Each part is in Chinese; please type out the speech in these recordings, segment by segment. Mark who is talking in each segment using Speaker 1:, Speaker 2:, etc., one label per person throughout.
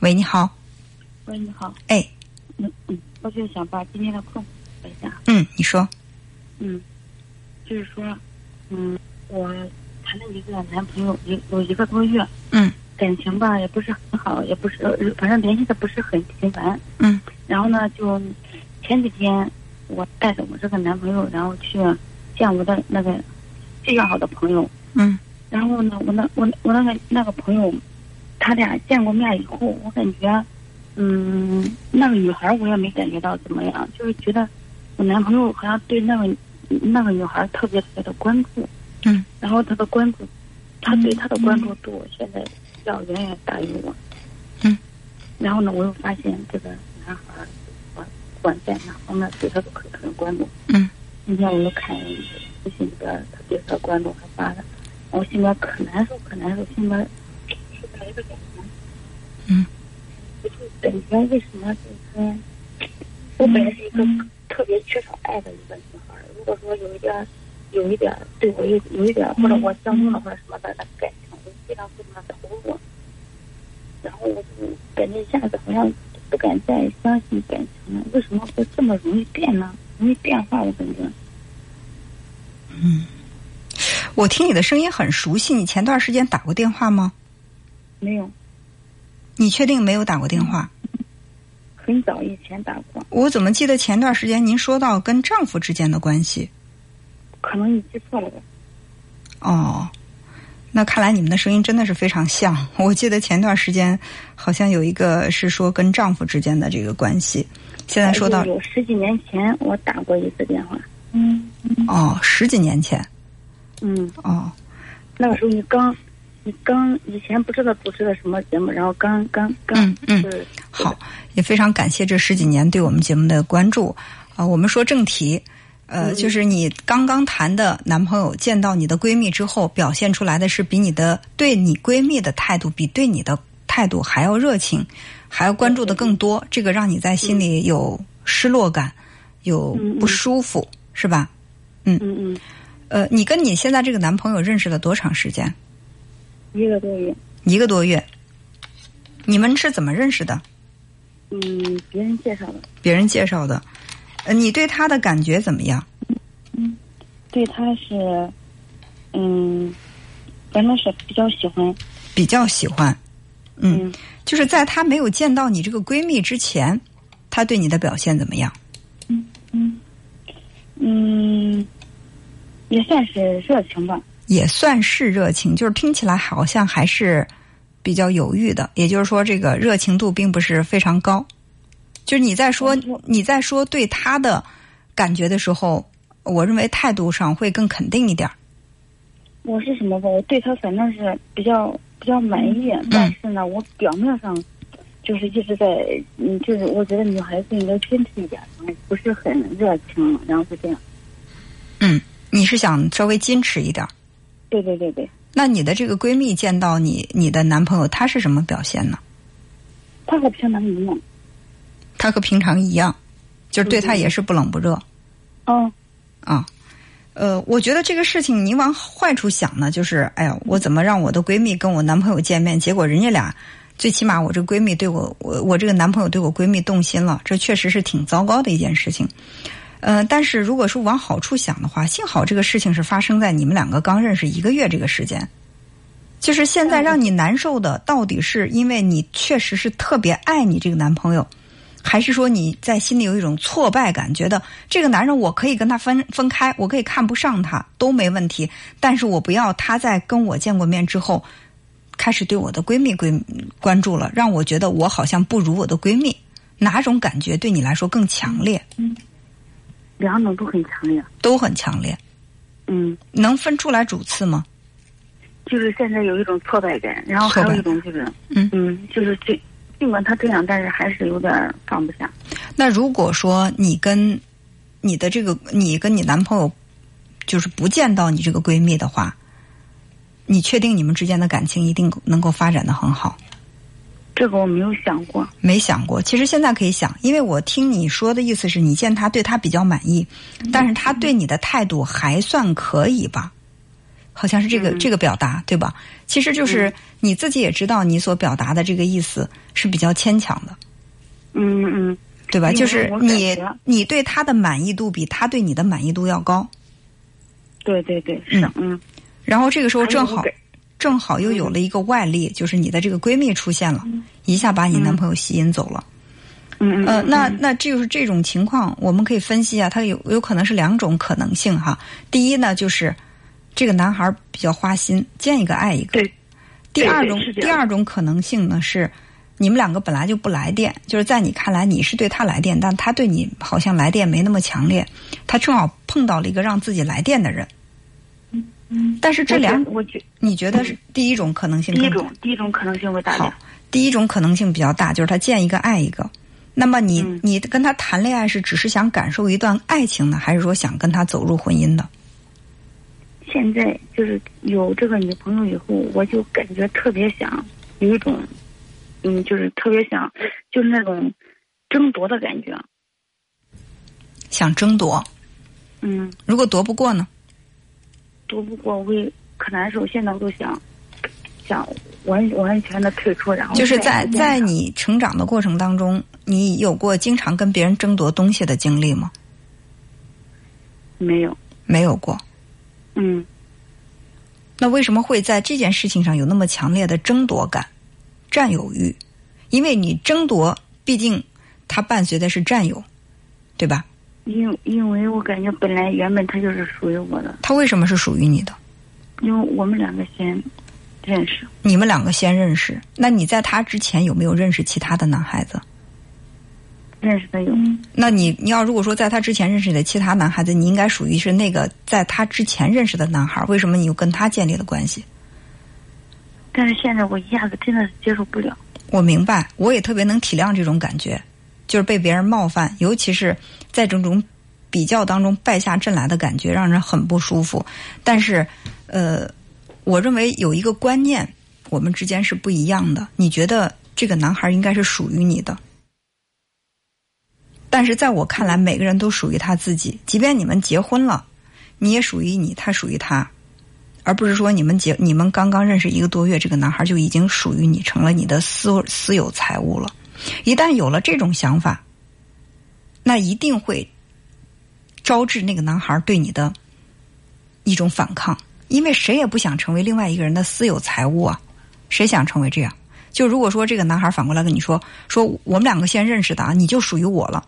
Speaker 1: 喂，你好，
Speaker 2: 喂，你好，
Speaker 1: 哎，
Speaker 2: 嗯嗯，我就想把今天的困惑一下，
Speaker 1: 嗯，你说，
Speaker 2: 嗯，就是说，嗯，我谈了一个男朋友一有一个多月，
Speaker 1: 嗯
Speaker 2: 感情吧也不是很好，也不是，呃反正联系的不是很频繁。
Speaker 1: 嗯
Speaker 2: 然后呢，就前几天我带着我这个男朋友，然后去见我的那个最要好的朋友，
Speaker 1: 嗯
Speaker 2: 然后呢，我那我那我那个那个朋友，他俩见过面以后，我感觉，嗯，那个女孩我也没感觉到怎么样，就是觉得我男朋友好像对那个那个女孩特别特别的关注，
Speaker 1: 嗯，
Speaker 2: 然后他的关注，他对她的关注度现在要远远大于我，
Speaker 1: 嗯，
Speaker 2: 然后呢，我又发现这个男孩儿，我不管在哪方面对他都很很关注，
Speaker 1: 嗯
Speaker 2: 今天我就看微信里边儿他对他关注还发的，我心里边儿可难受可难受，心里边儿是在一个感觉，
Speaker 1: 嗯，
Speaker 2: 我就感觉为什么就是说，我本来是一个特别缺少爱的一个女孩儿，如果说有一点儿有一点儿对我有有一点儿或者我相中了或者什么的那个感情，我非常非常的投入，然后我就感觉一下子好像不敢再相信感情了，为什么会这么容易变呢？容易变化，我感觉。
Speaker 1: 嗯，我听你的声音很熟悉，你前段时间打过电话吗？
Speaker 2: 没有，
Speaker 1: 你确定没有打过电话？
Speaker 2: 很早以前打过，
Speaker 1: 我怎么记得前段时间您说到跟丈夫之间的关系？
Speaker 2: 可能你记错了吧？
Speaker 1: 哦，那看来你们的声音真的是非常像。我记得前段时间好像有一个是说跟丈夫之间的这个关系，现在说到
Speaker 2: 有十几年前我打过一次电话。嗯
Speaker 1: 哦，十几年前
Speaker 2: 嗯，
Speaker 1: 哦，
Speaker 2: 那个时候你刚，你刚以前不知道主持的什么节目，然后刚刚刚
Speaker 1: 嗯嗯
Speaker 2: 就，是
Speaker 1: 好，也非常感谢这十几年对我们节目的关注啊、我们说正题。呃，
Speaker 2: 嗯
Speaker 1: 就是你刚刚谈的男朋友见到你的闺蜜之后，表现出来的是比你的对你闺蜜的态度，比对你的态度还要热情，还要关注的更多，
Speaker 2: 嗯
Speaker 1: 这个让你在心里有失落感，有
Speaker 2: 嗯嗯
Speaker 1: 不舒服，是吧？
Speaker 2: 嗯嗯，
Speaker 1: 呃，你跟你现在这个男朋友认识了多长时间？
Speaker 2: 一个多月。
Speaker 1: 一个多月。你们是怎么认识的？
Speaker 2: 嗯，别人介绍的，
Speaker 1: 别人介绍的。呃，你对他的感觉怎么样？
Speaker 2: 对他是，嗯，反正是比较喜欢。
Speaker 1: 比较喜欢。嗯，
Speaker 2: 嗯，
Speaker 1: 就是在她没有见到你这个闺蜜之前，她对你的表现怎么样？
Speaker 2: 嗯，也算是热情吧。
Speaker 1: 也算是热情，就是听起来好像还是比较犹豫的。也就是说，这个热情度并不是非常高。就是你在说
Speaker 2: 没错
Speaker 1: 你在说对她的感觉的时候，我认为态度上会更肯定一点儿。
Speaker 2: 我是什么吧？我对他反正是比较比较满意，
Speaker 1: 嗯
Speaker 2: 但是呢，我表面上就是一直在，嗯，就是我觉得女孩子应该矜持一点，然后不是很热情，然后就这样。
Speaker 1: 你是想稍微矜持一点儿？
Speaker 2: 对对对对，
Speaker 1: 那你的这个闺蜜见到你你的男朋友，他是什么表现呢？
Speaker 2: 他和平常一样。
Speaker 1: 他和平常一样，就是对他也是不冷不热。
Speaker 2: 哦，
Speaker 1: 啊。呃，我觉得这个事情你往坏处想呢，就是哎呀，我怎么让我的闺蜜跟我男朋友见面？结果人家俩，最起码我这闺蜜对我，我我这个男朋友对我闺蜜动心了，这确实是挺糟糕的一件事情。呃，但是如果说往好处想的话，幸好这个事情是发生在你们两个刚认识一个月这个时间。就是现在让你难受的，到底是因为你确实是特别爱你这个男朋友，还是说你在心里有一种挫败感，觉得这个男人我可以跟他分分开，我可以看不上他都没问题，但是我不要他在跟我见过面之后，开始对我的闺蜜闺关注了，让我觉得我好像不如我的闺蜜，哪种感觉对你来说更强烈？
Speaker 2: 两种都很强烈。
Speaker 1: 都很强烈，
Speaker 2: 嗯，
Speaker 1: 能分出来主次吗？
Speaker 2: 就是现在有一种挫败感，然后还
Speaker 1: 挫
Speaker 2: 有
Speaker 1: 败
Speaker 2: 一种就是，
Speaker 1: 嗯
Speaker 2: 嗯，就是尽尽管他这样，但是还是有点儿放不下。
Speaker 1: 那如果说你跟你的这个，你跟你男朋友就是不见到你这个闺蜜的话，你确定你们之间的感情一定能够发展的很好？
Speaker 2: 这个我没有想过。
Speaker 1: 没想过，其实现在可以想，因为我听你说的意思是你见
Speaker 2: 嗯
Speaker 1: 他对他比较满意，但是他对你的态度还算可以吧？好像是这个、
Speaker 2: 嗯
Speaker 1: 这个表达，对吧？其实就是你自己也知道，你所表达的这个意思是比较牵强的，
Speaker 2: 嗯嗯
Speaker 1: 对吧？
Speaker 2: 嗯
Speaker 1: 就是
Speaker 2: 我感
Speaker 1: 你
Speaker 2: 觉
Speaker 1: 你对他的满意度比他对你的满意度要高，
Speaker 2: 对对对，是
Speaker 1: 嗯
Speaker 2: 嗯，
Speaker 1: 然后这个时候
Speaker 2: 还有
Speaker 1: 正
Speaker 2: 我
Speaker 1: 好
Speaker 2: 给
Speaker 1: 正好又有了一个外力，就是你的这个闺蜜出现了，一下把你男朋友吸引走了。
Speaker 2: 嗯嗯
Speaker 1: 呃，
Speaker 2: 嗯
Speaker 1: 那
Speaker 2: 嗯
Speaker 1: 那这就是这种情况，我们可以分析啊，它有有可能是两种可能性哈。第一呢，就是这个男孩比较花心，见一个爱一个。
Speaker 2: 对
Speaker 1: 第
Speaker 2: 对
Speaker 1: 二
Speaker 2: 对
Speaker 1: 种
Speaker 2: 是这
Speaker 1: 第
Speaker 2: 样
Speaker 1: 二种可能性呢是，你们两个本来就不来电，就是在你看来你是对他来电，但他对你好像来电没那么强烈，他正好碰到了一个让自己来电的人。
Speaker 2: 嗯
Speaker 1: 但是这
Speaker 2: 我觉
Speaker 1: 两，
Speaker 2: 我觉
Speaker 1: 你觉得是第一种可能性
Speaker 2: 第
Speaker 1: 更
Speaker 2: 一
Speaker 1: 大
Speaker 2: 种第一种可能性会大
Speaker 1: 好
Speaker 2: 点，，
Speaker 1: 第一种可能性比较大，就是他见一个爱一个。那么你、
Speaker 2: 嗯
Speaker 1: 你跟他谈恋爱是只是想感受一段爱情呢，还是说想跟他走入婚姻呢？
Speaker 2: 现在就是有这个女朋友以后，我就感觉特别想有一种，嗯，就是特别想，就是那种争夺的感觉。
Speaker 1: 想争夺，
Speaker 2: 嗯，
Speaker 1: 如果夺不过呢？
Speaker 2: 躲不过我会可难受，现在我都想想完完全的退出，然后
Speaker 1: 就是
Speaker 2: 再
Speaker 1: 在
Speaker 2: 也不见
Speaker 1: 在
Speaker 2: 他
Speaker 1: 你成长的过程当中，你有过经常跟别人争夺东西的经历吗？
Speaker 2: 没有，
Speaker 1: 没有过。
Speaker 2: 嗯，
Speaker 1: 那为什么会在这件事情上有那么强烈的争夺感、占有欲？因为你争夺，毕竟它伴随的是占有，对吧？
Speaker 2: 因为因为我感觉本来原本他就是属于我的，
Speaker 1: 它为什么是属于你的？
Speaker 2: 因为我们两个先认识，
Speaker 1: 你们两个先认识，那你在他之前有没有认识其他的男孩子？
Speaker 2: 认识的有，
Speaker 1: 那你你要如果说在他之前认识的其他男孩子，你应该属于是那个在他之前认识的男孩，为什么你又跟他建立了关系？
Speaker 2: 但是现在我一下子真的是接受不了。
Speaker 1: 我明白，我也特别能体谅这种感觉，就是被别人冒犯，尤其是在这种比较当中败下阵来的感觉，让人很不舒服。但是，呃，我认为有一个观念，我们之间是不一样的。你觉得这个男孩应该是属于你的，但是在我看来，每个人都属于他自己。即便你们结婚了，你也属于你，他属于他。而不是说你们结你们刚刚认识一个多月，这个男孩就已经属于你，成了你的私私有财物了。一旦有了这种想法，那一定会招致那个男孩对你的一种反抗，因为谁也不想成为另外一个人的私有财物啊，谁想成为这样？就如果说这个男孩反过来跟你说，说我们两个先认识的啊，你就属于我了，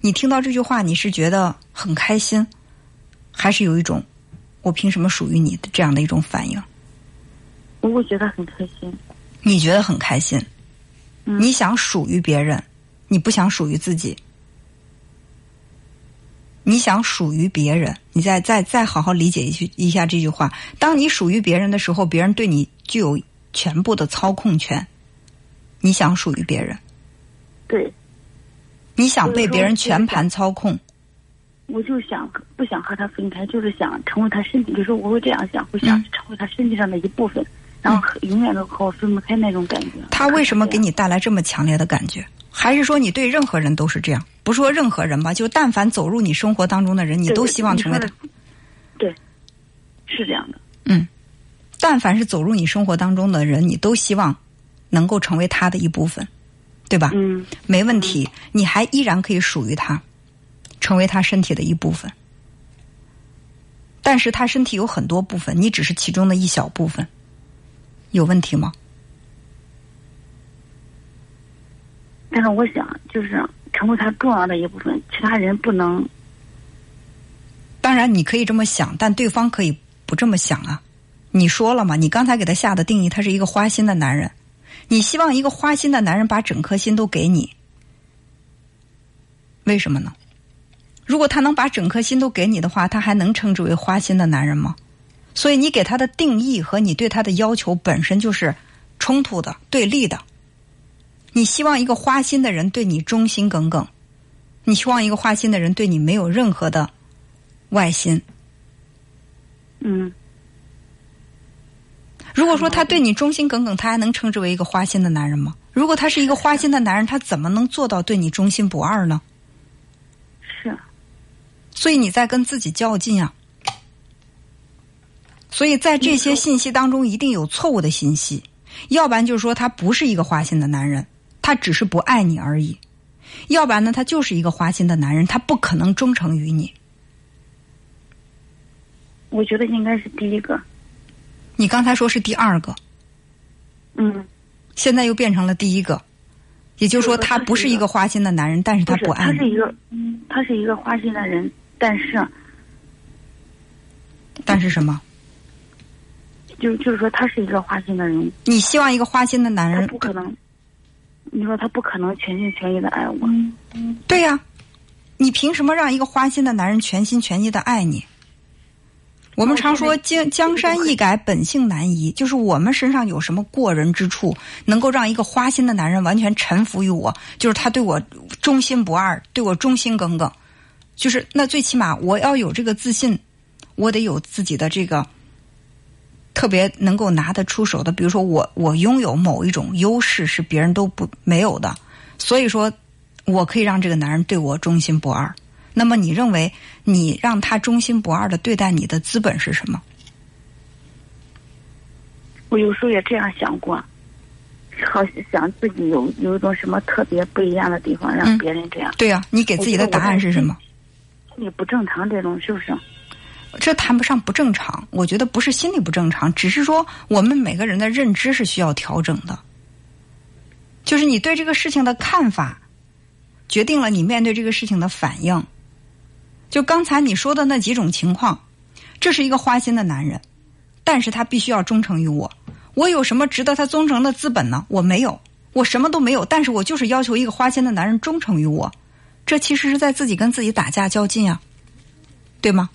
Speaker 1: 你听到这句话，你是觉得很开心，还是有一种我凭什么属于你的这样的一种反应？
Speaker 2: 我会觉得很开心。
Speaker 1: 你觉得很开心，
Speaker 2: 嗯
Speaker 1: 你想属于别人，你不想属于自己。你想属于别人，你再再再好好理解一句一下这句话。当你属于别人的时候，别人对你具有全部的操控权。你想属于别人，
Speaker 2: 对，
Speaker 1: 你想被别人
Speaker 2: 就是说
Speaker 1: 全盘操控，
Speaker 2: 我就想不想和他分开，就是想成为他身体，有时候我会这样想，会
Speaker 1: 嗯
Speaker 2: 想成为他身体上的一部分，然后和永远都和我分不开那种感觉。
Speaker 1: 他为什么给
Speaker 2: 你？
Speaker 1: 你带来这么强烈的感觉？还是说你对任何人都是这样？不说任何人吧，就但凡走入你生活当中的人，你
Speaker 2: 对
Speaker 1: 都希望成为他。？
Speaker 2: 你说的对，是这样的。
Speaker 1: 但凡是走入你生活当中的人，你都希望能够成为他的一部分，对吧？
Speaker 2: 嗯
Speaker 1: 没问题，你还依然可以属于他，成为他身体的一部分。但是他身体有很多部分，你只是其中的一小部分，有问题吗？
Speaker 2: 但是我想就是成为他重要的一部分，其他人不能。
Speaker 1: 当然你可以这么想，但对方可以不这么想啊。你说了嘛，你刚才给他下的定义，他是一个花心的男人。你希望一个花心的男人把整颗心都给你，为什么呢？如果他能把整颗心都给你的话，他还能称之为花心的男人吗？所以你给他的定义和你对他的要求本身就是冲突的、对立的。你希望一个花心的人对你忠心耿耿，你希望一个花心的人对你没有任何的外心。
Speaker 2: 嗯，
Speaker 1: 如果说他对你忠心耿耿，他还能称之为一个花心的男人吗？如果他是一个花心的男人，他怎么能做到对你忠心不二呢？
Speaker 2: 是
Speaker 1: 所以你在跟自己较劲啊。所以在这些信息当中，一定有错误的信息，要不然就是说他不是一个花心的男人，他只是不爱你而已；要不然呢，他就是一个花心的男人，他不可能忠诚于你。
Speaker 2: 我觉得应该是第一个，
Speaker 1: 你刚才说是第二个，
Speaker 2: 嗯，
Speaker 1: 现在又变成了第一个，也就是说
Speaker 2: 不是
Speaker 1: 他
Speaker 2: 他
Speaker 1: 不
Speaker 2: 是
Speaker 1: 是
Speaker 2: 一
Speaker 1: 一个
Speaker 2: 个
Speaker 1: 花心的男人，但是他
Speaker 2: 是，
Speaker 1: 不爱
Speaker 2: 他
Speaker 1: 你
Speaker 2: 是。一个，嗯他是一个花心的人，但是
Speaker 1: 但是什么？
Speaker 2: 就就是说他是一个花心的人，
Speaker 1: 你希望一个花心的男
Speaker 2: 他
Speaker 1: 人
Speaker 2: 不可能，你说他不可能全心全意的爱我，
Speaker 1: 嗯对呀、你凭什么让一个花心的男人全心全意的爱你？我们常说
Speaker 2: 我
Speaker 1: 江江山易改，本性难移，就是我们身上有什么过人之处，能够让一个花心的男人完全臣服于我，就是他对我忠心不二，对我忠心耿耿。就是那最起码我要有这个自信，我得有自己的这个特别能够拿得出手的，比如说我我拥有某一种优势是别人都不没有的，所以说我可以让这个男人对我忠心不二。那么你认为你让他忠心不二的对待你的资本是什么？
Speaker 2: 我有时候也这样想过，好想自己有有一种什么特别不一样的地方，让
Speaker 1: 嗯
Speaker 2: 别人这样，
Speaker 1: 对呀、你给自己的答案是什么？
Speaker 2: 心里不正常，这种是不是？
Speaker 1: 这谈不上不正常，我觉得不是心理不正常，只是说我们每个人的认知是需要调整的，就是你对这个事情的看法，决定了你面对这个事情的反应。就刚才你说的那几种情况，这是一个花心的男人，但是他必须要忠诚于我。我有什么值得他忠诚的资本呢？我没有，我什么都没有，但是我就是要求一个花心的男人忠诚于我，这其实是在自己跟自己打架较劲啊，对吗？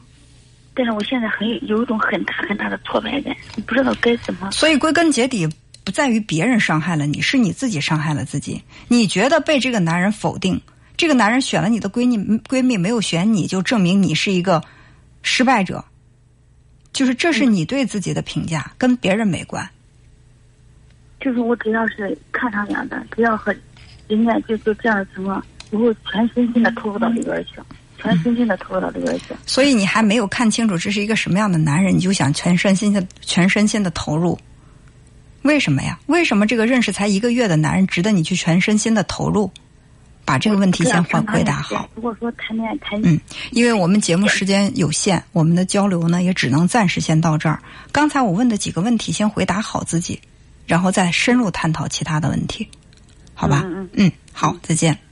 Speaker 2: 但是我现在很有一种很大很大的挫败感，不知道该怎么。
Speaker 1: 所以归根结底，不在于别人伤害了你，是你自己伤害了自己。你觉得被这个男人否定，这个男人选了你的闺蜜，闺蜜没有选你，就证明你是一个失败者。就是这是你对自己的评价，跟别人没关。
Speaker 2: 就是我只要是看上眼的，只要和人家就就这样的情况，我会全身心的投入到里边去，全身心的投入到里边去。
Speaker 1: 所以你还没有看清楚这是一个什么样的男人，你就想全身心的全身心的投入，为什么呀？为什么这个认识才一个月的男人值得你去全身心的投入？把这个问题先回回答好。。
Speaker 2: 如果说谈恋爱谈，
Speaker 1: 嗯因为我们节目时间有限，我们的交流呢也只能暂时先到这儿。刚才我问的几个问题，先回答好自己，然后再深入探讨其他的问题，好吧？
Speaker 2: 嗯嗯
Speaker 1: 好，再见。